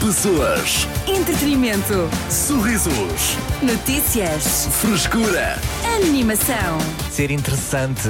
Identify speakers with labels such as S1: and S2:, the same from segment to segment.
S1: Pessoas,
S2: Entretenimento.
S1: sorrisos,
S2: Notícias.
S1: frescura.
S2: Animação.
S3: Ser interessante.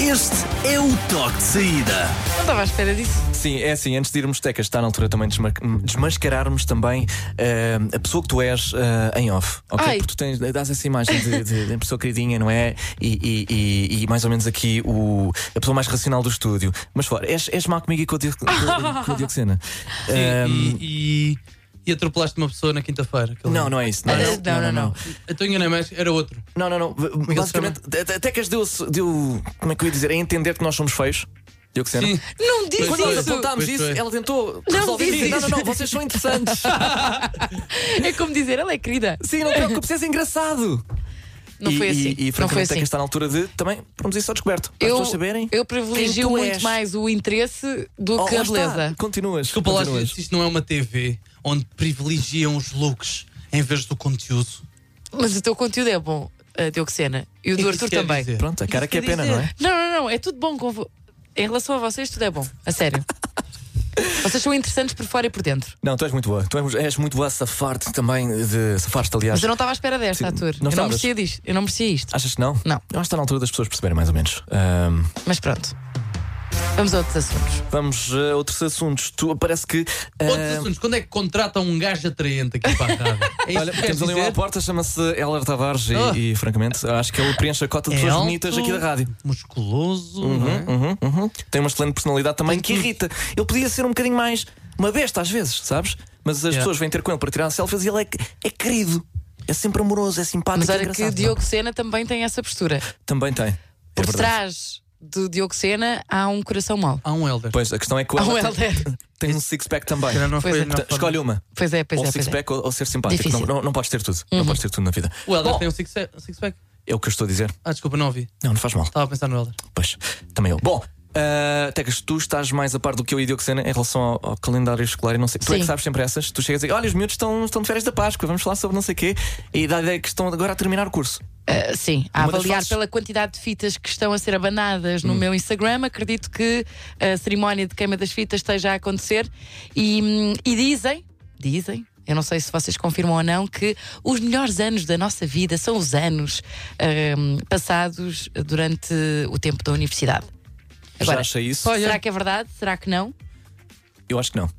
S1: Este é o toque de saída.
S4: Não estava à espera disso.
S3: Sim, é assim, antes de irmos tecas, está na altura também de desma- desmascararmos também eh, a pessoa que tu és eh, em off. Ok?
S4: Ai.
S3: Porque tu tens, dás essa imagem de, de- de pessoa queridinha, não é? E, e- e- e mais ou menos aqui o, a pessoa mais racional do estúdio. Mas fora, és, és mal comigo e com o Diogo- com o com o Diogo Sena.
S5: Sim,
S3: Ahm,
S5: e, e, e atropelaste uma pessoa na quinta-feira. aquele
S3: Não,
S5: dia.
S3: não é isso. Não, é
S4: Ah,
S3: isso.
S4: não,
S3: não, não,
S4: não,
S3: não.
S5: Então enganei, mas era outro.
S3: Não, não, não. Basicamente, até até que as deu, deu. Como é que eu ia dizer? A entender que nós somos feios. Diogo Sena.
S5: Sim,
S4: Não diz
S3: Quando nós
S5: Isso.
S4: isso.
S3: apontámos
S5: Pois
S3: isso,
S5: foi.
S3: ela tentou
S4: Não
S3: resolver
S4: disse
S3: isso. Não,
S4: isso.
S3: não, não, vocês são interessantes.
S4: É como dizer, ela é querida.
S3: Sim, não te preocupes, és engraçado.
S4: Não
S3: e,
S4: foi assim.
S3: E, e
S4: não foi
S3: francamente, é
S4: assim.
S3: que está na altura de também pormos isso ao descoberto. Para as
S4: Eu,
S3: pessoas saberem.
S4: eu
S3: quem
S4: privilegio
S3: tu
S4: muito
S3: és.
S4: mais o interesse do
S3: Oh,
S4: que
S3: lá
S4: a
S3: está.
S4: beleza.
S3: Continuas.
S5: desculpa lá
S3: continuas.
S5: se isto não é uma TV onde privilegiam os looks em vez do conteúdo.
S4: Mas o teu conteúdo é bom, uh, Diogo Sena. E o
S5: que
S4: do
S5: isso
S4: Arthur
S5: quer
S4: também.
S5: dizer?
S3: Pronto, a cara que é
S5: Isso quer
S3: pena, não é?
S5: dizer.
S4: Não, não, não. É tudo bom. Com vo- Em relação a vocês, tudo é bom. A sério. vocês são interessantes por fora e por dentro.
S3: Não, tu és muito boa. Tu és, és muito boa a safar-te também. De, safar-te, aliás.
S4: Mas eu não estava à espera
S3: Sim,
S4: desta, Arthur.
S3: não
S4: eu não
S3: estavas.
S4: merecia disto. Eu não merecia isto.
S3: Achas que não?
S4: Não.
S3: Eu acho que está na altura das pessoas perceberem, mais ou menos. Ahm,
S4: Mas pronto. Vamos a outros
S3: Ah,
S4: assuntos.
S3: Vamos a outros assuntos. Tu, parece que. ah,
S5: Outros assuntos, quando é que contratam um gajo atraente aqui para a rádio? É isso
S3: Olha,
S5: que
S3: temos
S5: queres
S3: ali uma à
S5: dizer?
S3: porta, chama-se Heller Tavares e-
S5: Ah.
S3: e, francamente, acho que ele preenche a cota de
S5: É
S3: pessoas
S5: alto,
S3: bonitas aqui da rádio.
S5: Musculoso, não é?
S3: Uhum, uhum. Tem uma excelente personalidade também que irrita. Ele podia ser um bocadinho mais uma besta às vezes, sabes? Mas as
S5: Yeah.
S3: pessoas vêm ter com ele para tirar selfies e ele é, é querido. É sempre amoroso, é simpático.
S4: Mas
S3: é
S4: olha que
S3: engraçado.
S4: Diogo Sena também tem essa postura.
S3: Também tem. É
S4: Por
S3: verdade.
S4: trás do Diogo Sena há um coração mau.
S5: Há um Helder.
S3: Pois, a questão é que o
S4: Há um
S3: Heller tem-
S4: Helder.
S3: tem um six-pack também.
S5: Se calhar não
S4: Pois
S5: foi
S4: é.
S5: a melhor
S3: Portanto,
S5: forma.
S3: tá, escolhe um. uma.
S4: Pois é, pois
S3: Ou
S4: é. Pois é.
S3: six-pack ou, ou ser simpático. Não,
S4: Difícil. Uhum.
S3: não, não podes ter tudo. Não podes ter tudo na vida.
S5: O Helder
S3: Bom,
S5: tem um six- six-pack.
S3: É o que eu estou a dizer.
S5: Ah, desculpa, não ouvi.
S3: Não, não faz mal.
S5: Estava a pensar no Helder.
S3: Pois, também eu. Bom, ah, Tecas, tu estás mais a par do que eu e Dioxena em relação ao, ao calendário escolar e não sei. Tu é
S4: Sim.
S3: que sabes sempre essas. Tu chegas a dizer, olha, os miúdos estão, estão de férias da Páscoa, vamos falar sobre não sei o quê. E dá a ideia que estão agora a terminar o curso.
S4: Ah, sim, a
S3: Uma das Hum.
S4: avaliar
S3: fases.
S4: pela quantidade de fitas que estão a ser abanadas no meu Instagram, acredito que a cerimónia de queima das fitas esteja a acontecer e, hum, e dizem, dizem, eu não sei se vocês confirmam ou não, que os melhores anos da nossa vida são os anos hum, passados durante o tempo da universidade.
S3: Já
S4: Agora,
S3: achei isso?
S4: Será que é verdade? Será que não?
S3: Eu acho que não.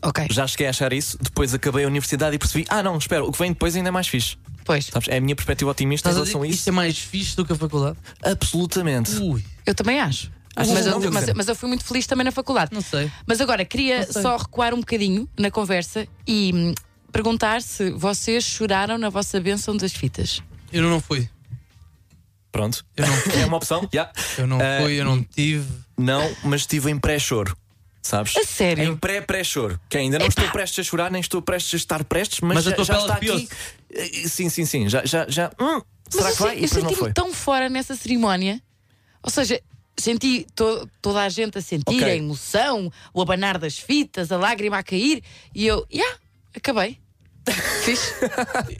S4: Ok,
S3: Já cheguei a achar isso, depois acabei a universidade e percebi, ah não, espera, o que vem depois ainda é mais fixe.
S4: pois.
S3: Sabes? É a minha perspectiva otimista em
S5: Estás a dizer
S3: relação a
S5: que isto
S3: isso.
S5: é mais fixe do que a faculdade?
S3: Absolutamente.
S5: Ui,
S4: Eu também acho.
S3: Achas
S4: mas,
S3: que
S4: eu,
S3: não,
S4: mas-
S3: Zé?
S4: mas eu fui muito feliz também na faculdade.
S5: não sei.
S4: Mas agora, queria
S5: sei.
S4: só recuar um bocadinho na conversa e hum, perguntar se vocês choraram na vossa bênção das fitas.
S5: Eu não fui.
S3: Pronto.
S5: Eu não
S3: É uma opção? já
S5: Eu não
S3: Ah,
S5: fui, eu não tive.
S3: Não, mas estive em pré-choro. Sabes?
S4: A sério?
S3: Em pré-pré-choro. Que ainda não estou prestes a chorar, nem estou prestes a estar prestes, mas,
S5: Mas a
S3: já,
S5: tua
S3: já
S5: pele
S3: está aqui. Eh, Sim, sim, sim. Já. já, já hum, será
S4: Mas
S3: que vai?
S4: eu, então,
S3: E
S4: se- eu
S3: depois não foi.
S4: senti-me tão fora nessa cerimónia. Ou seja, senti to- toda a gente a sentir
S3: Ok.
S4: a emoção, o abanar das fitas, a lágrima a cair e eu, yeah, acabei. Fiz.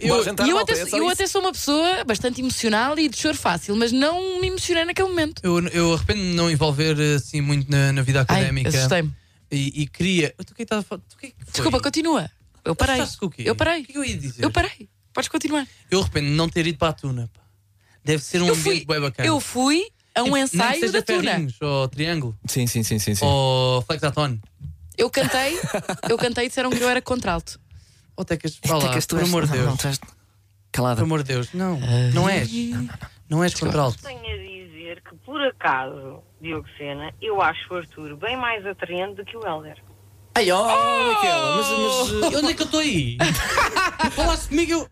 S3: Bom jantar,
S4: e eu,
S3: malta,
S4: até,
S3: é só
S4: eu
S3: isso.
S4: até sou uma pessoa bastante emocional e de choro fácil, mas não me emocionei naquele momento.
S5: Eu, eu arrependo-me de não envolver assim muito na, na vida
S4: Ai,
S5: académica.
S4: assustei-me.
S5: e, e queria. Tu, o que é que estás a falar? Tu, o que é que foi?
S4: Desculpa, continua. Eu parei.
S5: Assustaste-te com o quê?
S4: Eu parei.
S5: O que é que eu ia dizer?
S4: Eu parei. Podes continuar.
S5: Eu arrependo-me de não ter ido para a tuna. pá. Deve ser um
S4: eu,
S5: ambiente
S4: fui,
S5: bem bacana. Tipo,
S4: eu fui a um
S5: Nem que
S4: ensaio
S5: seja
S4: da Tuna.
S5: ferrinhos, ou triângulo,
S3: Sim, sim, sim, sim. sim.
S5: Oh. ou flexaton.
S4: Eu cantei, eu cantei e disseram que eu era contralto.
S5: Ou tecas,
S3: É
S5: vá lá,
S3: que és tu
S5: por
S3: és-
S5: amor de
S3: não,
S5: Deus.
S3: não, tu és- Calada.
S5: Por amor de Deus, não, Eh, não és. Não és contralto.
S6: Tenho a dizer que, por acaso, Diogo Sena, eu acho o Arthur bem mais atraente do que o Helder.
S3: Ai, oh, Raquel, mas- mas, eh,
S5: E onde é que eu estou aí? Falaste comigo, eu.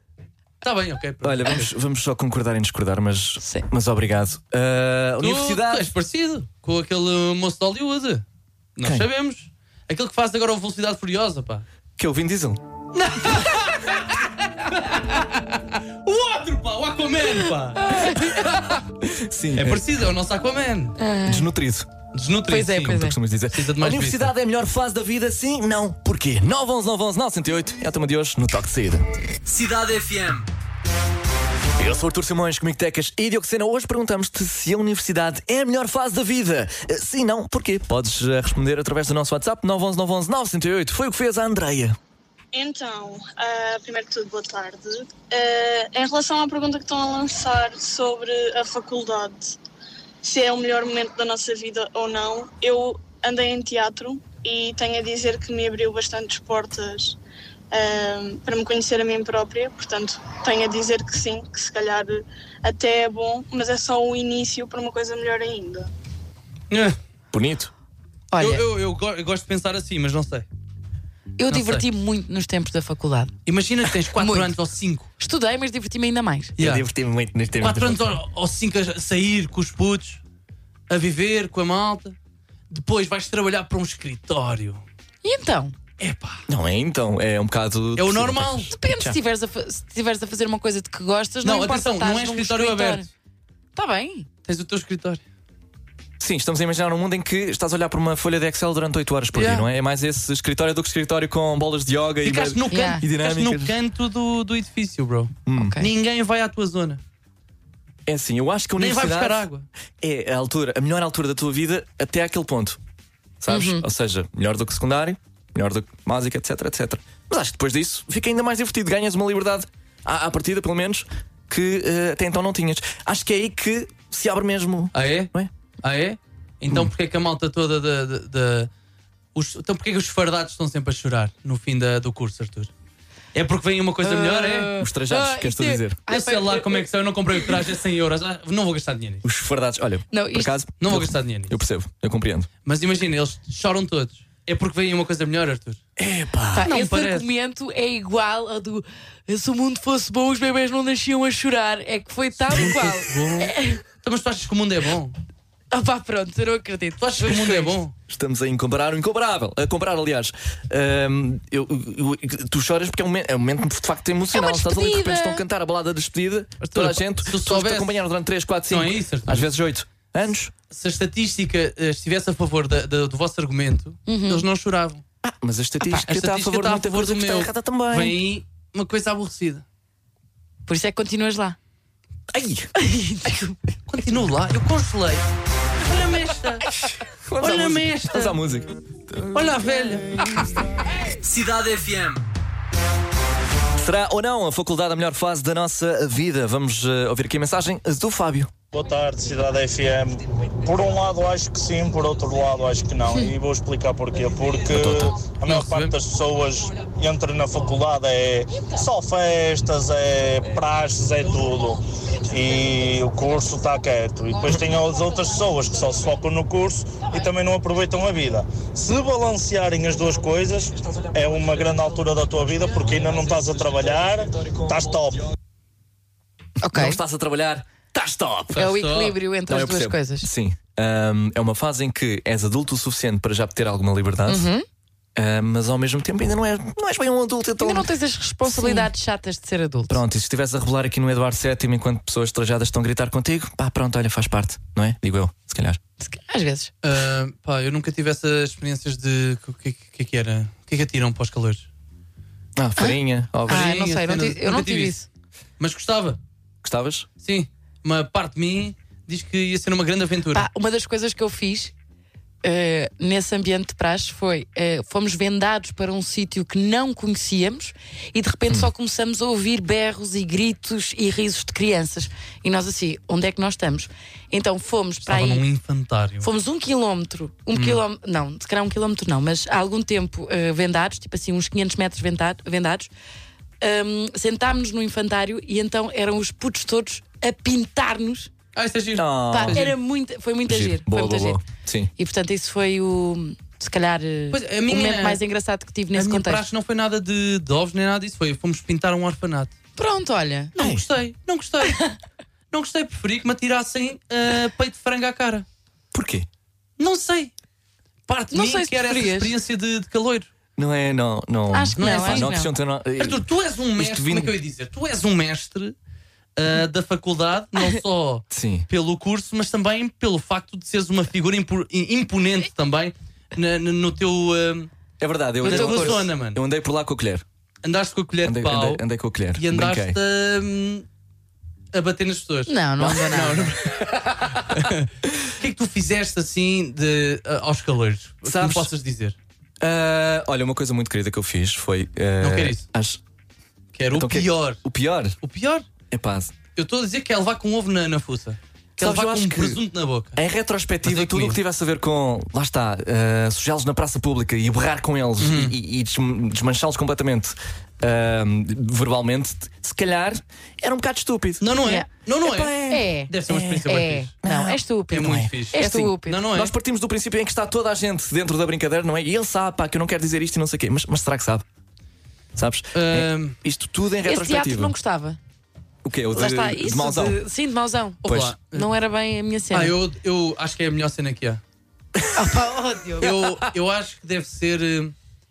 S5: Está bem, ok. pronto.
S3: Olha, vamos, vamos só concordar em discordar, mas,
S4: Sim.
S3: mas obrigado. Ah,
S5: Tu- Tu és
S3: universidade.
S5: parecido com aquele moço de Hollywood. Nós
S3: Quem?
S5: sabemos. Aquele que faz agora o Velocidade Furiosa, pá.
S3: Que é o Vin Diesel.
S5: O outro, pá, o Aquaman, pá.
S3: Sim,
S5: É parecido, é o nosso Aquaman.
S3: Eh, desnutrido.
S5: Desnutrido,
S4: Pois é,
S5: sim.
S4: pois
S3: Como tu
S4: é.
S3: costumas dizer.
S5: Precisa de
S3: A
S5: mais
S3: universidade é a melhor fase da vida, sim? Não. Porquê? 911 911 908 é a turma de hoje no Toque de Saída.
S7: Cidade FM.
S3: Eu sou Artur Simões, comigo Tecas e Diocesana. Hoje perguntamos-te se a universidade é a melhor fase da vida. Eh, Sim, não, porquê? Podes eh, responder através do nosso WhatsApp 911 911 908. Foi o que fez a Andreia.
S7: Então, ah, primeiro de tudo, boa tarde. Ah, em relação à pergunta que estão a lançar sobre a faculdade, se é o melhor momento da nossa vida ou não, eu andei em teatro e tenho a dizer que me abriu bastantes portas ah, para me conhecer a mim própria, portanto, tenho a dizer que sim, que se calhar até é bom, mas é só o início para uma coisa melhor ainda.
S3: Bonito.
S4: Olha,
S5: É. Eu,
S4: eu,
S5: eu, eu go- eu gosto de pensar assim, mas não sei. não
S4: diverti-me muito nos tempos da faculdade.
S5: Imagina que tens 4
S4: Muito. É
S5: anos ou 5.
S4: Estudei, mas diverti-me ainda mais.
S3: Eu diverti-me muito neste tempo.
S5: 4 anos ou- ou 5 a sair com os putos, a viver com a malta. Depois vais trabalhar para um escritório.
S4: E então?
S5: Epá,
S3: Não é então, é um bocado.
S5: é o normal.
S4: Depende se estiveres a, fa- se tiveres a fazer uma coisa de que gostas, não,
S5: Não,
S4: importa
S5: atenção,
S4: estares
S5: não é
S4: num
S5: escritório aberto.
S4: Está bem.
S5: Tens o teu escritório.
S3: Sim, estamos a imaginar um mundo em que estás a olhar para uma folha de Excel durante 8 horas por
S5: Yeah.
S3: dia, não é? É mais esse escritório do que escritório com bolas de yoga
S5: Ficaste
S3: e.
S5: no canto,
S4: É Yeah. É.
S3: E
S5: ficaste no
S3: dinâmicas.
S5: canto do, do edifício, bro.
S4: Ok.
S5: Ninguém vai à tua zona.
S3: É assim, eu acho que a
S5: Nem vai
S3: universidade.
S5: buscar água.
S3: É a altura, a melhor altura da tua vida até aquele ponto. Sabes?
S5: Uhum.
S3: Ou seja, melhor do que secundário, melhor do que básica, etc, etc. Mas acho que depois disso fica ainda mais divertido, ganhas uma liberdade à, à partida, pelo menos, que eh, até então não tinhas. Acho que é aí que se abre mesmo.
S5: Ah, é?
S3: Não é? Hum.
S5: Ah, é? Então porque é que a malta toda da. da- da- os- então porque é que os fardados estão sempre a chorar no fim da- do curso, Arthur? É porque vem uma coisa melhor, é?
S3: Os trajados, queres tu
S4: isto é-
S3: dizer?
S4: Ai,
S5: eu sei
S4: pá,
S5: lá
S4: eu-
S5: como é que são, eu não comprei o traje a 100 euros. Ah, não vou gastar dinheiro nisso.
S3: Os fardados, olha,
S4: Não,
S3: por
S4: isto-
S3: acaso.
S5: Não vou
S3: eu-
S5: gastar dinheiro
S3: Eu
S5: nisso.
S3: percebo, eu compreendo.
S5: Mas imagina, eles choram todos. É porque vem uma coisa melhor, Arthur.
S4: Pá,
S5: Não
S4: esse
S5: parece.
S4: argumento é igual ao do se o mundo fosse bom, os bebés não nasciam a chorar. É que foi tal e qual.
S5: Então, mas tu achas que o mundo é bom?
S4: Ah, pá, pronto, eu não acredito.
S5: Tu achas que o mundo é bom?
S3: Estamos a incomparar o incomparável. A comparar, aliás. Ahm, eu- eu- eu- tu choras porque é um momento, é um momento de facto emocional.
S4: É uma
S3: Estás ali, de
S4: despedida.
S3: repente estão a cantar a balada de despedida.
S5: Mas,
S3: toda a
S5: Arthur,
S3: gente.
S5: se tu
S3: pessoas que te
S5: soubesse-
S3: acompanharam durante 3, 4, 5.
S5: Não é isso, Arthur.
S3: às vezes 8 anos.
S5: Se a estatística eh, estivesse a favor da- da- do vosso argumento,
S3: Uhum.
S5: eles não choravam.
S3: Ah, mas a estatística,
S5: a
S3: está a favor de muita coisa que está errada também.
S5: Vem aí uma coisa aborrecida.
S4: Por isso é que continuas lá.
S3: Ai,
S5: Continuo lá, eu congelei. Olha-me esta,
S3: vamos à
S5: Olha-me
S3: música.
S5: esta.
S3: Vamos à música.
S5: olha a velha.
S1: Cidade FM.
S3: Será ou não a faculdade a melhor fase da nossa vida? Vamos eh, ouvir aqui a mensagem do Fábio.
S8: Boa tarde, Cidade FM. Por um lado acho que sim, por outro lado acho que não. E vou explicar porquê. Porque a
S5: Não
S8: maior
S5: se vê.
S8: parte das pessoas entra na faculdade é só festas, é praxes, é tudo. E o curso está quieto. E depois tem as outras pessoas que só se focam no curso e também não aproveitam a vida. Se balancearem as duas coisas, é uma grande altura da tua vida porque ainda não estás a trabalhar, estás top.
S4: Ok.
S3: Não estás a trabalhar? Estás top!
S4: É o
S5: Estás só.
S4: equilíbrio entre
S3: Não,
S4: as
S3: Então eu percebo.
S4: duas coisas.
S3: Sim. Ahm, é uma fase em que és adulto o suficiente para já ter alguma liberdade,
S4: Uhum.
S3: Ah, mas ao mesmo tempo ainda não és, não és bem um adulto. Então...
S4: Ainda não tens as responsabilidades chatas de ser adulto.
S3: Pronto, e se estivesse a revelar aqui no Eduardo VII enquanto pessoas trajadas estão a gritar contigo, pá, pronto, olha, faz parte, não é? Digo eu, se calhar.
S4: Se calhar, Às vezes.
S5: Ah, pá, eu nunca tive essas experiências de. O que, que, que é que era? O que é que atiram para os calores?
S3: Ah, farinha, ovos.
S4: Ah,
S5: Sim,
S4: não sei,
S5: eu
S4: não
S5: nunca-
S4: ti- eu não
S5: nunca tive
S4: tive
S5: isso.
S4: isso.
S5: Mas gostava,
S3: Gostavas?
S5: sim. Uma parte de mim diz que ia ser uma grande aventura.
S4: Pá, uma das coisas que eu fiz eh, nesse ambiente de praxe foi eh, fomos vendados para um sítio que não conhecíamos e de repente só começamos a ouvir berros e gritos e risos de crianças. E nós assim, onde é que nós estamos? Então fomos para
S5: Estava
S4: aí.
S5: num infantário.
S4: Fomos um quilómetro, um
S3: Hum.
S4: quilómetro, não, se calhar um quilómetro não, mas há algum tempo eh, vendados, tipo assim, uns 500 metros venta- vendados, hum, sentámos-nos no infantário e então eram os putos todos a pintar-nos.
S5: Ah, isso é giro.
S3: Não.
S4: Pá,
S5: Isso é giro.
S4: era muito, foi muito agir.
S3: Boa,
S4: foi muito
S3: boa, boa.
S4: agir.
S3: Sim.
S4: E portanto, isso foi o, se calhar, eh,
S5: Pois, a
S4: o
S5: minha-
S4: momento mais engraçado que tive
S5: A
S4: nesse
S5: minha
S4: contexto.
S5: praxe não foi nada de, de ovos nem nada disso. Foi, fomos pintar um orfanato.
S4: Pronto, olha.
S5: Não gostei, não gostei. não gostei, preferi que me atirassem ah, peito de frango à cara.
S3: Porquê?
S5: Não sei. Parte de
S4: Não
S5: mim
S4: sei se
S5: quer essa
S4: preferias.
S5: experiência de, de caloiro.
S3: Não é, não, não.
S4: Acho que
S5: Não é
S4: não,
S5: assim,
S3: não, eh,
S4: acho que não.
S3: acrescentou nada.
S5: Arthur, tu és um mestre, como é
S3: vindo-
S5: que eu ia dizer? Tu és um mestre ah, da faculdade, não só
S3: Sim.
S5: pelo curso, mas também pelo facto de seres uma figura impo- imponente também na- no, no teu. ah,
S3: É verdade, eu
S4: Eu
S3: andei,
S4: tô
S3: por-
S4: com
S5: zona, mano.
S3: eu andei por lá com a colher.
S5: andaste com a colher
S3: Andei,
S5: de pau
S3: andei- andei com a colher.
S5: e andaste
S3: Brinquei.
S5: hum, a bater nas pessoas.
S4: Não, não andou nada.
S5: O que é que tu fizeste assim de, ah, aos calores? Que me
S3: Sabes?
S5: possas dizer?
S3: Ah, olha, uma coisa muito querida que eu fiz foi. ah,
S5: Não quero isso.
S3: acho-
S5: Quero
S3: Então,
S5: o
S3: que-
S5: pior.
S3: O pior?
S5: O pior?
S3: É paz.
S5: Eu estou a dizer que é levar com ovo na, na fuça. Que é
S3: Sabes,
S5: levar
S3: eu
S5: com
S3: acho
S5: um
S3: que-
S5: presunto na boca.
S3: Em
S5: Mas
S3: retrospectiva, tudo
S5: é
S3: o
S5: comigo.
S3: que tivesse a ver com. Lá está, ah, sujá-los na praça pública e berrar com eles
S4: Uhum.
S3: e, e desm- desmanchá-los completamente ah, verbalmente, se calhar era um bocado estúpido.
S5: Não, não é.
S4: Yeah.
S5: Não, não
S3: Epá,
S5: é.
S4: É.
S5: Deve ser uma experiência bem
S4: É.
S5: fixe.
S4: Não, é
S5: É
S4: estúpido.
S5: muito
S3: é.
S5: fixe.
S4: É
S3: assim,
S4: estúpido.
S5: Não, não é.
S3: Nós partimos do princípio em que está toda a gente dentro da brincadeira, não é? E ele sabe, pá, que eu não quero dizer isto e não sei o quê, mas, mas será que sabe? Sabes?
S5: Ahm,
S3: É, isto tudo em
S4: Ah, Esse teatro
S3: retrospectiva.
S4: não gostava.
S3: O quê? O de,
S4: Lá está.
S3: de
S4: Isso
S3: mauzão?
S4: de- sim, de mauzão.
S3: Pois.
S5: Opa,
S4: Não era bem a minha cena.
S5: Ah, eu, eu acho que é a melhor cena que há. Eu, eu acho que deve ser. eh,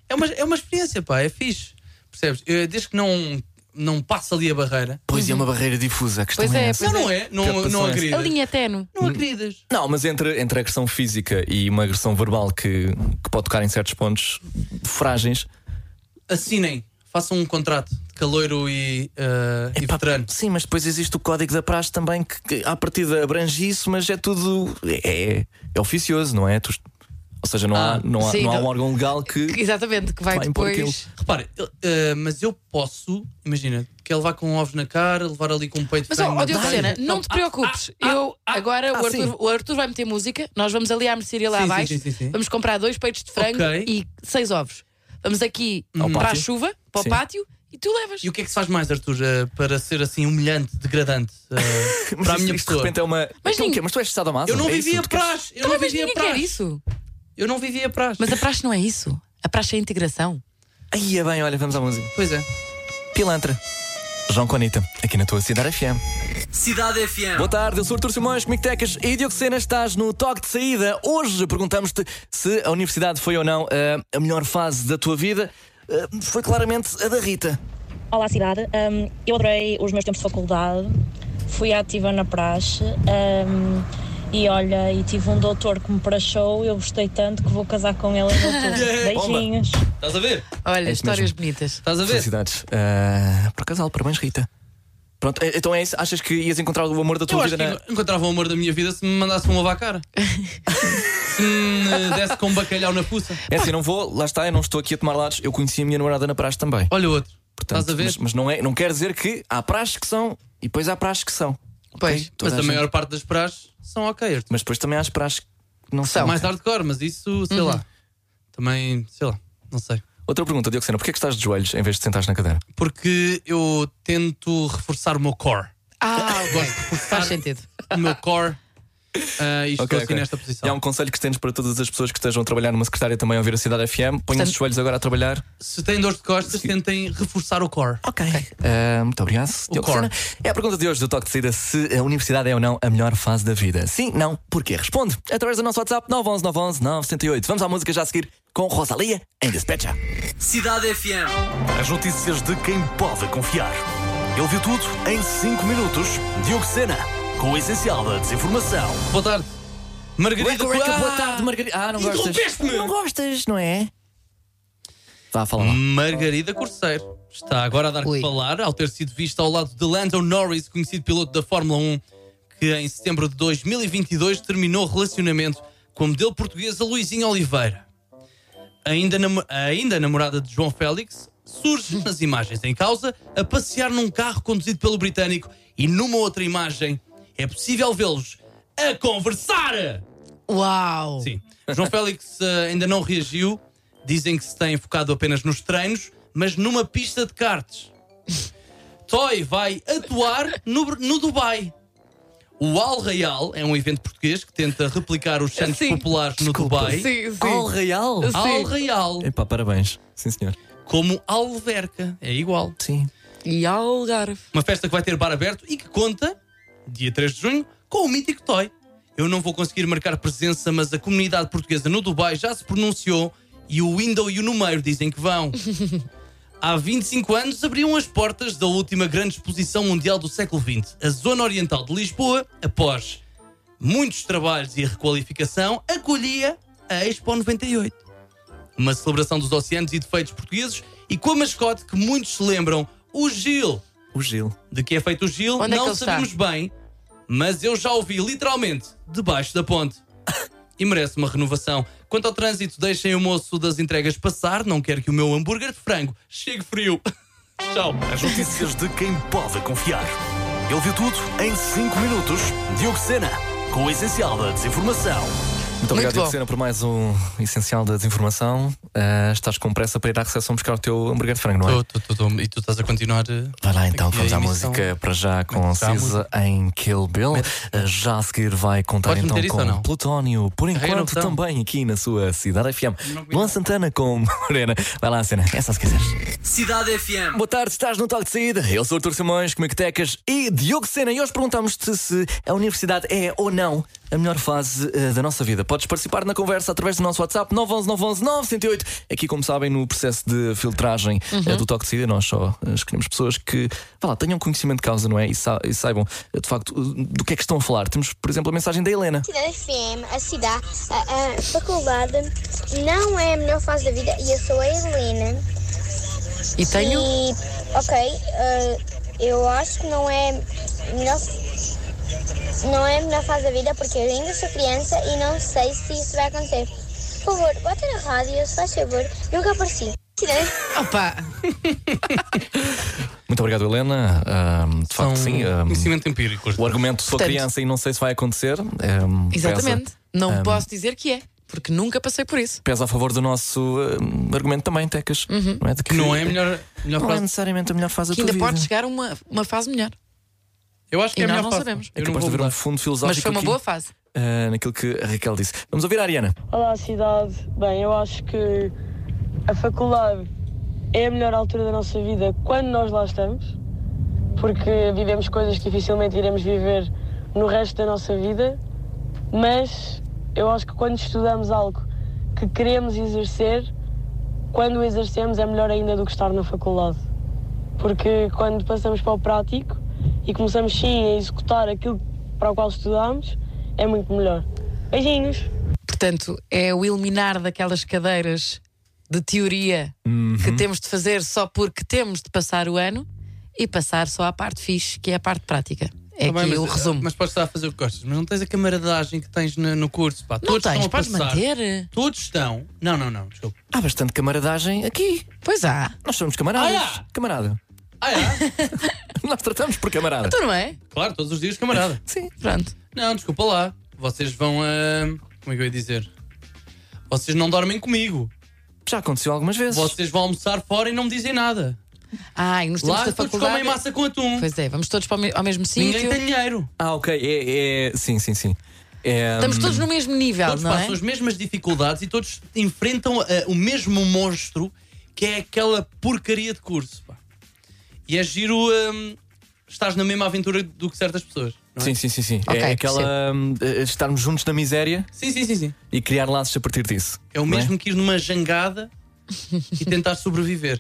S5: É uma, é uma experiência, pá, é fixe. Percebes? Eh, Desde que não, não passe ali a barreira.
S3: Pois é, uma barreira difusa. A questão
S4: Pois é,
S3: essa.
S5: Não,
S4: pois
S5: não é?
S3: Que
S5: Não, não
S3: passou essa.
S4: A
S5: agridas.
S4: linha é tenue.
S5: Não agridas.
S3: Não, mas entre, entre a agressão física e uma agressão verbal que, que pode tocar em certos pontos frágeis.
S5: Assinem. Façam um contrato de caloiro e, eh, e
S3: Epá,
S5: veterano.
S3: Sim, mas depois existe o código da praxe também que, que à partida abrange isso, mas é tudo. É, é, é oficioso, não é? Tu- ou seja, não,
S5: Ah,
S3: há, não, há,
S4: sim,
S3: não há
S4: não-
S3: um órgão legal que.
S4: Exatamente, que vai
S3: Vai impor
S4: depois.
S5: Repare, eu- eh, mas eu posso, imagina, quer levar com ovos na cara, levar ali com um peito
S4: Mas,
S5: bem
S4: ó, ó, Diogo
S5: maduro.
S4: Sena, não te preocupes.
S5: Ah,
S4: eu, agora, o, Arthur, o Arthur vai meter música. Nós vamos ali à mercearia lá
S5: Sim, sim,
S4: abaixo.
S5: sim, sim, sim.
S4: Vamos comprar dois peitos de frango
S5: Ok.
S4: e seis ovos. Vamos aqui
S3: Ao
S4: para a
S3: pátio.
S4: chuva, para
S3: Sim.
S4: o pátio e tu levas.
S5: E o que é que se faz mais, Arthur, eh, para ser assim humilhante, degradante eh, para a
S3: Mas
S5: minha
S3: isto de
S5: pessoa?
S3: repente é uma.
S4: Mas
S3: então, o
S4: ninguém-
S3: quê? mas tu és estado massa.
S5: Eu não
S3: é isso?
S5: vivia
S3: Tu queres-
S5: praxe. Eu não
S4: Então, mas
S5: vivia
S4: ninguém quer
S5: praxe.
S4: isso.
S5: Eu não vivia praxe.
S4: Mas a praxe não é isso. A praxe é a integração.
S3: Aí é bem, olha, vamos à música.
S5: Pois é.
S3: Pilantra. João Conita, aqui na tua Cidade FM.
S1: Cidade FM.
S3: Boa tarde, eu sou Artur Simões, comigo Tecas e Diogo Sena, estás no toque de saída. Hoje perguntamos-te se a universidade foi ou não ah, a melhor fase da tua vida. Ah, foi claramente a da Rita.
S9: Olá, cidade. Hum, eu adorei os meus tempos de faculdade, fui ativa na praxe hum, e olha, e tive um doutor que me praxou, eu gostei tanto que vou casar com ele em outubro.
S3: Bomba.
S9: Beijinhos.
S5: Estás a ver?
S4: Olha,
S3: É isso
S4: histórias
S3: mesmo.
S4: bonitas.
S5: Estás a ver?
S3: Felicidades. Ah, para casal, parabéns, Rita. Pronto, eh, então é isso. Achas que ias encontrar o amor da
S5: Eu
S3: tua
S5: acho
S3: vida na.
S5: que encontrava o amor da minha vida se me mandasse um ovo à cara. se me desse com um bacalhau na fuça.
S3: É assim, eu não vou, lá está, eu não estou aqui a tomar lados. Eu conheci a minha namorada na praxe também.
S5: Olha o outro.
S3: Portanto,
S5: Estás a ver?
S3: Mas, mas não, é, não quer dizer que há praxes que são e depois há praxes que são.
S4: Pois.
S5: Mas
S3: Toda
S5: a,
S3: gente-
S5: maior parte das praxes são ok, Arthur.
S3: Mas depois também há as praxes que não
S4: Então.
S3: são.
S5: Mais hardcore, mas isso,
S4: Uhum.
S5: sei lá. Também, sei lá, não sei.
S3: Outra pergunta, Diogo Sena, porquê é que estás de joelhos em vez de sentares na cadeira?
S5: Porque eu tento reforçar o meu core.
S4: Ah,
S5: Gosto de reforçar
S4: faz sentido.
S5: o meu core. ah, e estou
S3: Ok,
S5: assim
S3: ok.
S5: nesta
S3: E há
S5: posição.
S3: um conselho que tens para todas as pessoas que estejam a trabalhar numa secretária também a ouvir a Cidade FM. Ponham os
S4: Portanto-
S3: joelhos agora a trabalhar.
S5: Se têm dor de costas, tentem reforçar o core.
S3: Ok. Ah, muito obrigado. Diogo
S5: core.
S3: Sena. É a pergunta de hoje do Toque de Saída se a universidade é ou não a melhor fase da vida. Sim, não, porquê? Responde através do nosso WhatsApp 911 911 978. Vamos à música já a seguir com Rosalia em Despecha.
S1: Cidade FM.
S10: As notícias de quem pode confiar. Ele viu tudo em 5 minutos. Diogo Sena, com o essencial da desinformação.
S5: Boa tarde. Margarida Coelho.
S3: Boa tarde, Margarida. Ah, não gostas?
S5: interrompeste-me.
S3: Não gostas, não é? Vá, fala lá.
S5: Margarida Corceiro está agora a dar
S4: Ui.
S5: que falar ao ter sido vista ao lado de Lando Norris, conhecido piloto da Fórmula 1, que em setembro de 2022 terminou o relacionamento com a modelo portuguesa Luizinha Oliveira. Ainda, namo- ainda namorada de João Félix, surge nas imagens em causa a passear num carro conduzido pelo britânico e numa outra imagem é possível vê-los a conversar.
S4: Uau!
S5: Sim. João Félix eh, ainda não reagiu. Dizem que se tem focado apenas nos treinos, mas numa pista de karts. Toy vai atuar no, Br- no Dubai. O Al Real é um evento português que tenta replicar os santos
S4: Sim.
S5: populares no Dubai.
S4: Sim, sim.
S3: Al Real?
S5: Al Real,
S3: Epá, parabéns. Sim, senhor.
S5: como Alverca, é igual.
S3: Sim.
S4: E Algarve.
S5: Uma festa que vai ter bar aberto e que conta, dia 3 de junho, com o mítico Toy. Eu não vou conseguir marcar presença, mas a comunidade portuguesa no Dubai já se pronunciou e o Window e o Numeiro dizem que vão. Há 25 anos abriam as portas da última grande exposição mundial do século XX, a Zona Oriental de Lisboa, após muitos trabalhos e requalificação, acolhia a Expo 98. Uma celebração dos oceanos e defeitos portugueses e com a mascote que muitos se lembram, o Gil
S3: O Gil.
S5: de que é feito o Gil,
S4: Onde é que
S5: não
S4: ele está?
S5: sabemos bem, mas eu já o vi literalmente debaixo da ponte. E merece uma renovação. Quanto Quanto ao trânsito, deixem o moço das entregas passar. Não quero que o meu hambúrguer de frango chegue frio. Tchau.
S10: As notícias de quem pode confiar. Ele viu tudo em 5 minutos. Diogo Sena, com o essencial da desinformação.
S3: Muito obrigado,
S4: bom.
S3: Diogo Sena, por mais um essencial da desinformação. Ah, estás com pressa para ir à recepção buscar o teu hambúrguer de frango, não é?
S5: Tô, tô, tô, tô. E tu estás a continuar. eh?
S3: Vai lá então,
S5: Aqui
S3: vamos
S5: a
S3: à
S5: emissão.
S3: música para já com
S5: Vamos à
S3: Cisa em Kill Bill. Uh, Já a seguir vai contar
S5: Podes
S3: então
S5: meter isso
S3: com
S5: ou não?
S3: Plutónio, por
S5: Carreira
S3: enquanto
S5: no botão.
S3: também aqui na sua cidade FM.
S5: Não vi
S3: Luan Santana com Morena. Vai lá, cena, é só se quiseres.
S1: Cidade FM,
S3: Boa tarde, estás no toque de saída. Eu sou Artur Simões, Comictecas e Diogo Sena. E hoje perguntamos-te se a universidade é ou não a melhor fase eh, da nossa vida. Podes participar na conversa através do nosso WhatsApp 911 911 908. Aqui, como sabem, no processo de filtragem
S5: Uhum.
S3: eh, do toque de saída, nós só eh, escolhemos pessoas que vá lá, tenham conhecimento de causa, não é? E, sa- e saibam eh, de facto eh, do que é que estão a falar. Temos, por exemplo, a mensagem da Helena.
S11: Cidade FM, a cidade, a, a faculdade não é a melhor fase da vida e eu sou a Helena.
S4: E tenho.
S11: E, ok, eh, eu acho que não é a melhor, não é a melhor fase da vida porque eu ainda sou criança e não sei se isso vai acontecer. Por favor, bota na rádio, se faz favor, nunca apareci. Cidade
S4: Opa!
S3: Muito obrigado, Helena. Ah, de facto,
S5: São
S3: sim. ah,
S5: Conhecimento empírico.
S3: o argumento sou
S4: Portanto-
S3: criança e não sei se vai acontecer. eh, pesa.
S4: Exatamente. Não
S3: Ahm.
S4: posso dizer que é, porque nunca passei por isso.
S3: pesa a favor do nosso hum, argumento também, Tecas. Não é, de que
S5: Não é a melhor, melhor
S3: não é
S5: frase.
S3: necessariamente a melhor fase
S4: Que
S3: da tua
S4: ainda
S3: vida.
S4: pode chegar a uma, uma fase melhor.
S5: Eu acho que
S4: E
S5: é a
S4: nós
S5: melhor
S4: não
S5: frase.
S4: sabemos.
S3: É
S5: Eu
S3: capaz
S5: não
S3: de
S5: vou
S3: haver um
S5: mudar.
S3: fundo
S4: Mas
S3: filosófico
S4: foi uma
S3: aqui,
S4: boa fase.
S3: ah, naquilo que a Raquel disse. Vamos ouvir a Ariana.
S9: Olá, cidade. Bem, eu acho que a faculdade é a melhor altura da nossa vida quando nós lá estamos, porque vivemos coisas que dificilmente iremos viver no resto da nossa vida, mas eu acho que quando estudamos algo que queremos exercer, quando o exercemos é melhor ainda do que estar na faculdade. Porque quando passamos para o prático e começamos sim a executar aquilo para o qual estudamos, é muito melhor. Beijinhos!
S4: Portanto, é o eliminar daquelas cadeiras de teoria que
S5: Uhum.
S4: temos de fazer só porque temos de passar o ano e passar só à parte fixe, que é a parte prática. É
S5: Tá bem,
S4: aqui
S5: mas-
S4: o resumo.
S5: Mas podes estar a fazer o que gostas, mas não tens a camaradagem que tens no, no curso. Pá.
S4: não
S5: Todos
S4: tens,
S5: estão a
S4: podes
S5: passar.
S4: manter.
S5: Todos estão. Não, não, não, desculpa.
S3: Há bastante camaradagem aqui.
S4: Pois há.
S3: Nós somos camaradas.
S5: Ah, é?
S3: Camarada.
S5: Ah, é?
S3: Nós tratamos por camarada.
S4: Então não é?
S5: claro, todos os dias, camarada.
S4: Sim. Pronto.
S5: Não, desculpa lá. Vocês vão a. Como é que eu ia dizer? Vocês não dormem comigo.
S3: Já aconteceu algumas vezes.
S5: Vocês vão almoçar fora e não me dizem nada.
S4: Ai, nos tempos
S5: Lá
S4: da
S5: todos comem
S4: faculdade.
S5: massa com atum.
S4: Pois é, vamos todos para o me- ao mesmo
S5: Ninguém
S4: sítio.
S5: tem dinheiro.
S3: Ah, ok. É, é- Sim, sim, sim. É,
S4: Estamos
S3: hum,
S4: todos no mesmo nível,
S5: Todos
S4: não é?
S5: passam as mesmas dificuldades e todos enfrentam eh, o mesmo monstro que é aquela porcaria de curso. pá. E é giro hum, estás na mesma aventura do que certas pessoas. não é?
S3: Sim, sim, sim, sim.
S4: Ok,
S3: é aquela hum, eh, estarmos juntos na miséria
S5: sim, sim, sim, sim.
S3: e criar laços a partir disso.
S5: É o
S3: não
S5: mesmo que ir numa jangada e tentar sobreviver.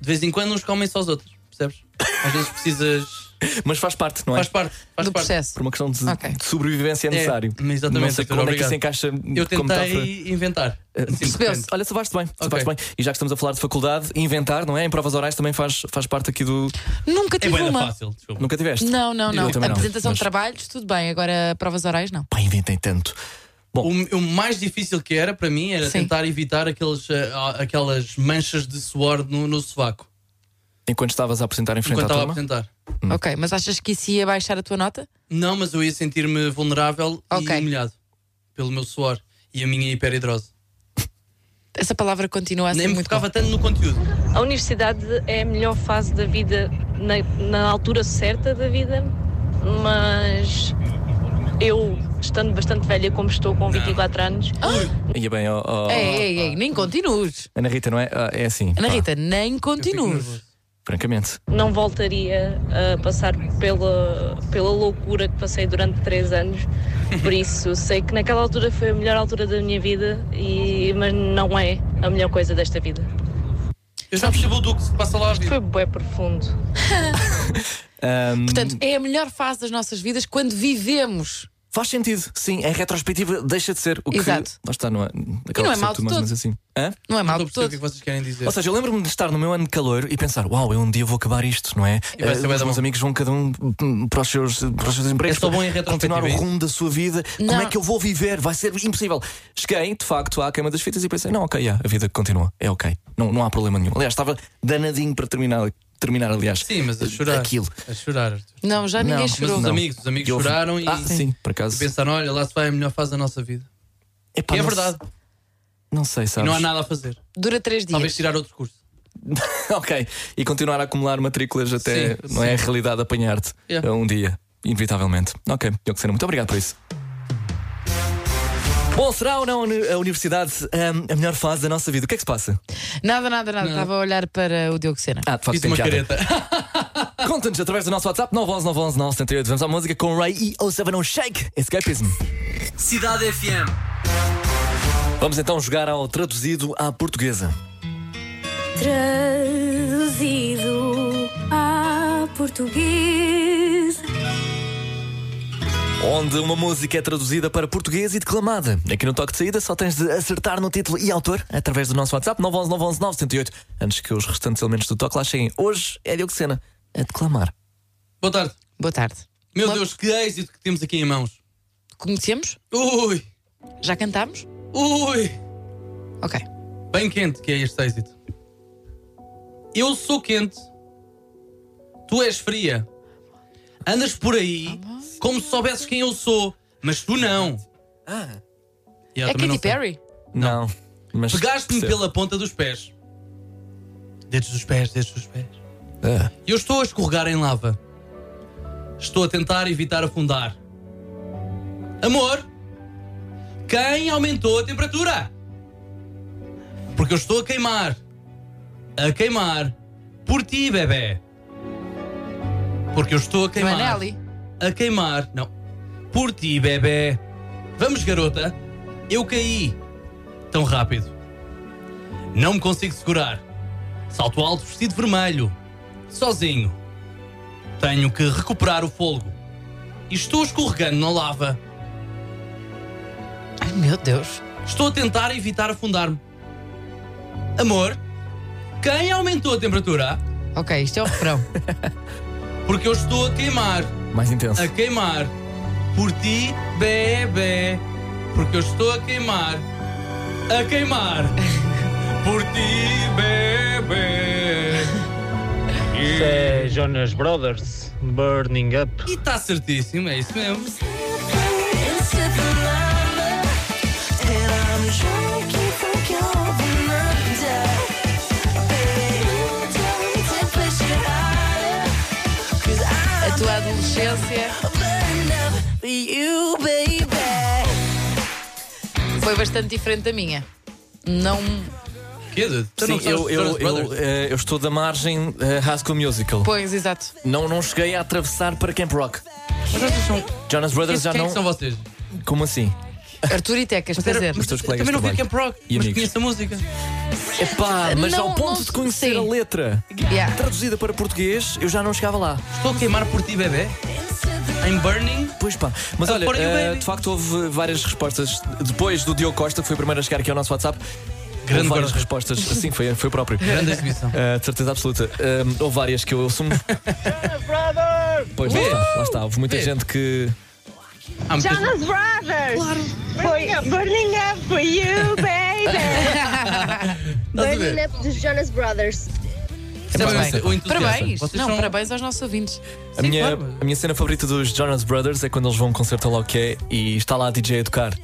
S5: De vez em quando uns comem só os outros, percebes? Às vezes precisas.
S3: Mas faz parte, não é?
S5: Faz parte, faz
S4: Do
S5: parte. É
S4: processo.
S3: Por uma questão de,
S4: Ok.
S3: de sobrevivência é necessário.
S5: mas exatamente,
S3: não sei
S5: Arthur,
S3: como é que
S5: obrigado.
S3: isso encaixa
S5: Eu
S3: como Eh, metáfora.
S5: tentei inventar.
S4: Percebeu-se.
S3: Olha, salvaste bem, salvaste
S5: Ok.
S3: bem. E já que estamos a falar de faculdade, inventar, não é? Em provas orais também faz, faz parte aqui do.
S4: Nunca
S5: É
S4: tive
S5: bem
S4: uma.
S5: fácil, desculpa.
S3: Nunca tiveste?
S4: Não, não, não.
S3: também não,
S4: Apresentação
S3: mas-
S4: de trabalhos, tudo bem. Agora, provas orais, não.
S3: Pá, inventei tanto.
S5: O, o mais difícil que era para mim era
S4: Sim.
S5: tentar evitar aqueles, ah, aquelas manchas de suor no, no sovaco
S3: Enquanto estavas a apresentar em frente
S5: enquanto
S3: à
S5: estava a
S3: turma.
S5: apresentar.
S4: Ok, mas achas que isso ia baixar a tua nota?
S5: Não, mas eu ia sentir-me vulnerável
S4: Ok.
S5: e humilhado pelo meu suor e a minha hiperidrose.
S4: Essa palavra continua a ser
S5: Nem me
S4: muito
S5: focava tanto no conteúdo.
S9: A universidade é a melhor fase da vida, na, na altura certa da vida, mas eu, estando bastante velha como estou, com 24 anos,
S3: Ia bem, ó, ó,
S4: boa. Ei, ei, ei, nem continues.
S3: Ana Rita, não é? Ah, É assim.
S4: É, Ana
S3: pá,
S4: Rita, nem
S5: Hum. Eu fico
S4: continues.
S5: nervoso.
S3: Francamente.
S9: não voltaria a passar pela, pela loucura que passei durante 3 anos. Por isso, sei que naquela altura foi a melhor altura da minha vida, e, mas não é a melhor coisa desta vida.
S5: Eu já percebo do que se passa lá a vida.
S9: Foi bué profundo.
S3: Ahm,
S4: Portanto, é a melhor fase das nossas vidas quando vivemos
S3: Faz sentido, sim, em retrospectiva deixa de ser o que.
S4: Exato.
S3: Lá está, não é? Acaba
S4: não é
S3: por ser
S4: mau de
S3: tudo mais ou menos
S4: todo.
S3: assim. Hã?
S4: Não é
S5: Estou a perceber o
S4: mal de todo.
S5: que é que vocês querem dizer.
S3: Ou seja, eu lembro-me de estar no meu ano de calor e pensar: uau, eu um dia vou acabar isto, não é?
S5: E vai ser
S3: Eh,
S5: bué
S3: os
S5: da
S3: meus
S5: bom.
S3: amigos vão cada um hum, para os seus, para os seus empregos,
S5: É só bom em
S3: para continuar
S5: retrospectiva, é
S3: o
S5: isso?
S3: rumo da sua vida.
S4: Não.
S3: Como é que eu vou viver? Vai ser impossível. Cheguei, de facto, à queima das fitas e pensei: não, ok, já, a vida continua, é ok, não, não há problema nenhum. Aliás, estava danadinho para terminar, terminar aliás,
S5: Sim, mas a chorar.
S3: aquilo.
S5: A chorar. Arthur.
S4: Não, já
S3: Não,
S4: ninguém
S3: mas
S4: chorou.
S5: Os
S3: Não.
S5: amigos, os amigos
S3: Eu-
S5: choraram e,
S3: Ah, sim, por acaso.
S5: e pensaram: olha, lá se vai a melhor fase da nossa vida.
S3: Epá,
S5: E é
S3: não-
S5: verdade.
S3: Não sei,
S5: E
S3: sabes?
S5: não há nada a fazer.
S4: Dura três dias.
S5: Talvez tirar outro curso.
S3: Ok, e continuar a acumular matrículas até
S5: Sim,
S3: não é a realidade apanhar-te
S5: Yeah.
S3: a um dia, inevitavelmente. Ok, eu que ser muito obrigado por isso. Bom, será ou não a universidade hum, a melhor fase da nossa vida? O que é que se passa?
S4: Nada, nada, nada. Estava a olhar para o Diogo Sena.
S3: Ah, de facto,
S5: Fiz
S3: tem
S5: uma
S3: piada.
S5: careta.
S3: Conta-nos através do nosso WhatsApp 911 911 Vamos à música com Ray e O Seven on Shake Escapism.
S1: Cidade FM.
S3: Vamos então jogar ao traduzido à portuguesa.
S12: Traduzido a português.
S3: Onde uma música é traduzida para português e declamada. Aqui no Toque de Saída só tens de acertar no título e autor através do nosso WhatsApp 911-911-908 antes que os restantes elementos do Toque lá cheguem. Hoje é Diogo Sena a declamar.
S5: Boa tarde.
S4: Boa tarde.
S5: Meu
S4: Bom-
S5: Deus, que êxito que temos aqui em mãos.
S4: Conhecemos?
S5: Ui,
S4: Já cantámos?
S5: ui.
S4: Ok.
S5: Bem quente que é este êxito. Eu sou quente. Tu és fria. Andas por aí como se soubesses quem eu sou, mas tu não.
S3: Ah.
S5: E eu
S4: É
S5: também não
S4: Katy
S5: sei.
S4: Perry?
S3: Não, mas.
S5: Pegaste-me
S3: percebo.
S5: pela ponta dos pés. Dedos dos pés, dedos dos pés.
S3: Ah.
S5: E eu estou a escorregar em lava. Estou a tentar evitar afundar. Amor, quem aumentou a temperatura? Porque eu estou a queimar. A queimar. Por ti, bebê. Porque eu estou a
S4: Não é
S5: queimar.
S4: Nelly?
S5: A queimar. Não. Por ti, bebê. Vamos, garota. Eu caí. Tão rápido. Não me consigo segurar. Salto alto vestido vermelho. Sozinho. Tenho que recuperar o fôlego. E estou escorregando na lava.
S4: Ai meu Deus.
S5: Estou a tentar evitar afundar-me. Amor, quem aumentou a temperatura?
S4: Ok, isto é o refrão.
S5: Porque eu estou a queimar,
S3: Mais intenso.
S5: a queimar. Por ti, bebê. Porque eu estou a queimar, a queimar. Por ti, bebê.
S13: É Jonas Brothers, Burning Up.
S5: E está certíssimo, é isso mesmo.
S4: A tua adolescência foi bastante diferente da minha. Não.
S5: Que dude? Tu
S3: Sim,
S5: não sabes
S3: eu, eu,
S5: Jonas
S3: eu,
S5: Brothers?
S3: eh, eu estou da margem eh, High School Musical.
S4: Pois, exato.
S3: Não, não cheguei a atravessar para Camp Rock. Jonas Brothers já
S5: Quem é
S3: não.
S5: que são vocês?
S3: Como assim?
S4: Arthur e Tecas, prazer.
S3: mas- Os teus
S5: Eu
S3: colegas
S5: também não
S3: de
S5: vi
S3: trabalho.
S5: Camp Rock,
S3: E
S5: mas
S3: amigos.
S5: conheço a música.
S3: Epá, mas
S4: Não,
S3: ao ponto
S4: não-
S3: de conhecer
S4: sim.
S3: a letra
S4: Yeah.
S3: traduzida para português, eu já não chegava lá.
S5: Estou a queimar por ti, bebê. I'm burning.
S3: Pois pá, mas
S5: Ah,
S3: olha,
S5: porém,
S3: eh,
S5: baby.
S3: de facto houve várias respostas. Depois do Diogo Costa, que foi o primeiro a chegar aqui ao nosso WhatsApp,
S5: Grande
S3: houve várias
S5: guarda.
S3: respostas. Sim, foi, foi o próprio.
S5: Grande exibição.
S3: Eh, de certeza absoluta. Eh, houve várias que eu assumo. pois lá está, lá está. Houve muita
S5: Vê.
S3: gente que.
S5: Há muitas-
S6: Brothers! Foi Burning Up for You, baby!
S5: Estás a ver?
S11: Up dos Jonas Brothers.
S5: Percebem
S4: Parabéns.
S5: o entusiasmo?
S4: Parabéns.
S5: Vocês
S4: Não,
S5: são-
S4: parabéns aos nossos ouvintes.
S3: A,
S5: Sim,
S3: minha,
S5: claro.
S3: a minha cena favorita dos Jonas Brothers é quando eles vão a um concerto lá o que é e está lá a DJ a tocar.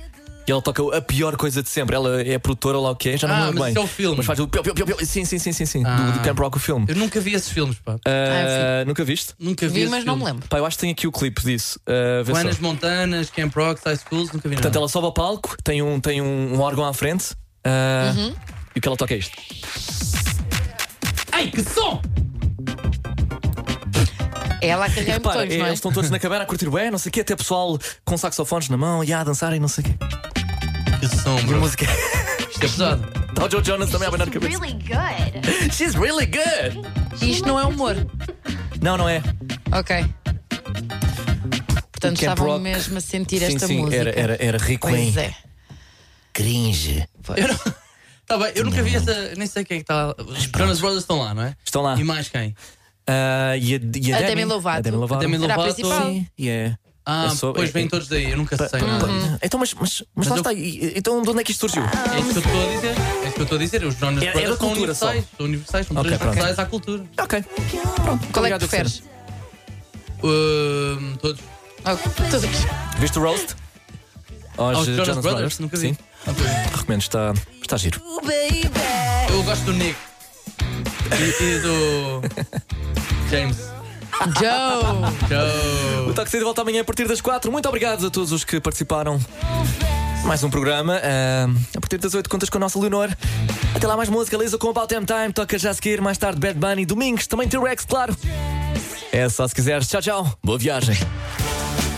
S3: E ela toca a pior coisa de sempre. Ela é a produtora lá o que é, já não
S5: Ah,
S3: me lembro
S5: mas
S3: bem.
S5: isso é o filme.
S3: Mas faz o pior, pior, pior, pior. Sim, sim, sim, sim, sim.
S5: Ah.
S3: Do, do Camp Rock o filme.
S5: Eu nunca vi esses filmes, pá.
S3: Ah, nunca viste?
S5: Nunca vi,
S4: Vi,
S5: esses
S4: mas não me
S5: filmes.
S4: lembro.
S3: Pá, eu acho que tem aqui o clipe disso. Ah, vê só.
S5: Buenas Montanas, Camp Rock, High Schools, nunca vi
S3: Portanto,
S5: nada.
S3: ela sobe ao palco, tem um, tem um, um órgão à frente. ah,
S4: Uhum.
S3: E o que ela toca é isto.
S5: Ai, que som!
S4: É ela a
S3: E
S4: calhar em
S3: repara,
S4: botões,
S3: eh,
S4: não é?
S3: eles estão todos na cabana a curtir bem, não sei o quê, até pessoal com saxofones na mão e a dançar e não sei o quê.
S5: Que som,
S3: A
S5: bro.
S3: música.
S5: Isto é pesado.
S3: Está Tá o Joe Jonas também a abanar a cabeça. She's really good!
S4: Isto não é humor.
S3: Não, não é.
S4: Ok. Portanto,
S3: O Camp
S4: estavam
S3: Rock.
S4: mesmo a sentir
S3: Sim,
S4: esta
S3: sim,
S4: música.
S3: era- era- era rico
S4: pois
S3: em-
S4: é.
S3: Cringe.
S5: Tá bem, eu nunca vi essa. Nem sei quem é que está lá. Os Jonas Brothers estão lá, não é?
S3: Estão lá. Ah,
S5: E mais quem?
S3: e a, e
S4: A Demi Lovato.
S3: A Demi Lovato.
S5: A Demi Será a Lovato. principal?
S3: Sim, e é-
S5: Ah,
S3: é sobre-
S5: pois
S3: é-
S5: vêm todos daí, eu nunca
S3: Pa-
S5: sei.
S3: pa-
S5: não.
S3: pa- Então, mas, mas, mas lá
S5: eu-
S3: está. e- e- Então, de onde é que isto surgiu?
S4: Ah.
S5: É isso que eu estou a dizer. É isso que eu estou a dizer. Os Jonas
S3: Era- era
S5: Brothers são
S3: é cultura só.
S5: universais. São universais, são
S3: Ok,
S5: transversais
S3: pronto.
S5: à cultura.
S3: Ok.
S4: Qual é que
S3: Obrigado,
S4: preferes?
S5: Hum, todos.
S4: Ok, todos.
S3: Viste o Roast? Aos,
S5: Aos
S3: eh,
S5: Ah, Jonas Brothers? Nunca vi. Ah,
S3: Sim. Recomendo, está, está giro.
S5: Eu gosto do Nick. E, e do. James.
S4: Joe!
S3: O Taxi de volta amanhã a partir das 4. Muito obrigado a todos os que participaram. Mais um programa. ah, a partir das 8 contas com a nossa Leonor. Até lá mais música, Lisa com About Damn Time. Toca já a seguir, mais tarde Bad Bunny. Domingos, também T-Rex, claro. É só se quiseres. Tchau, tchau. Boa viagem.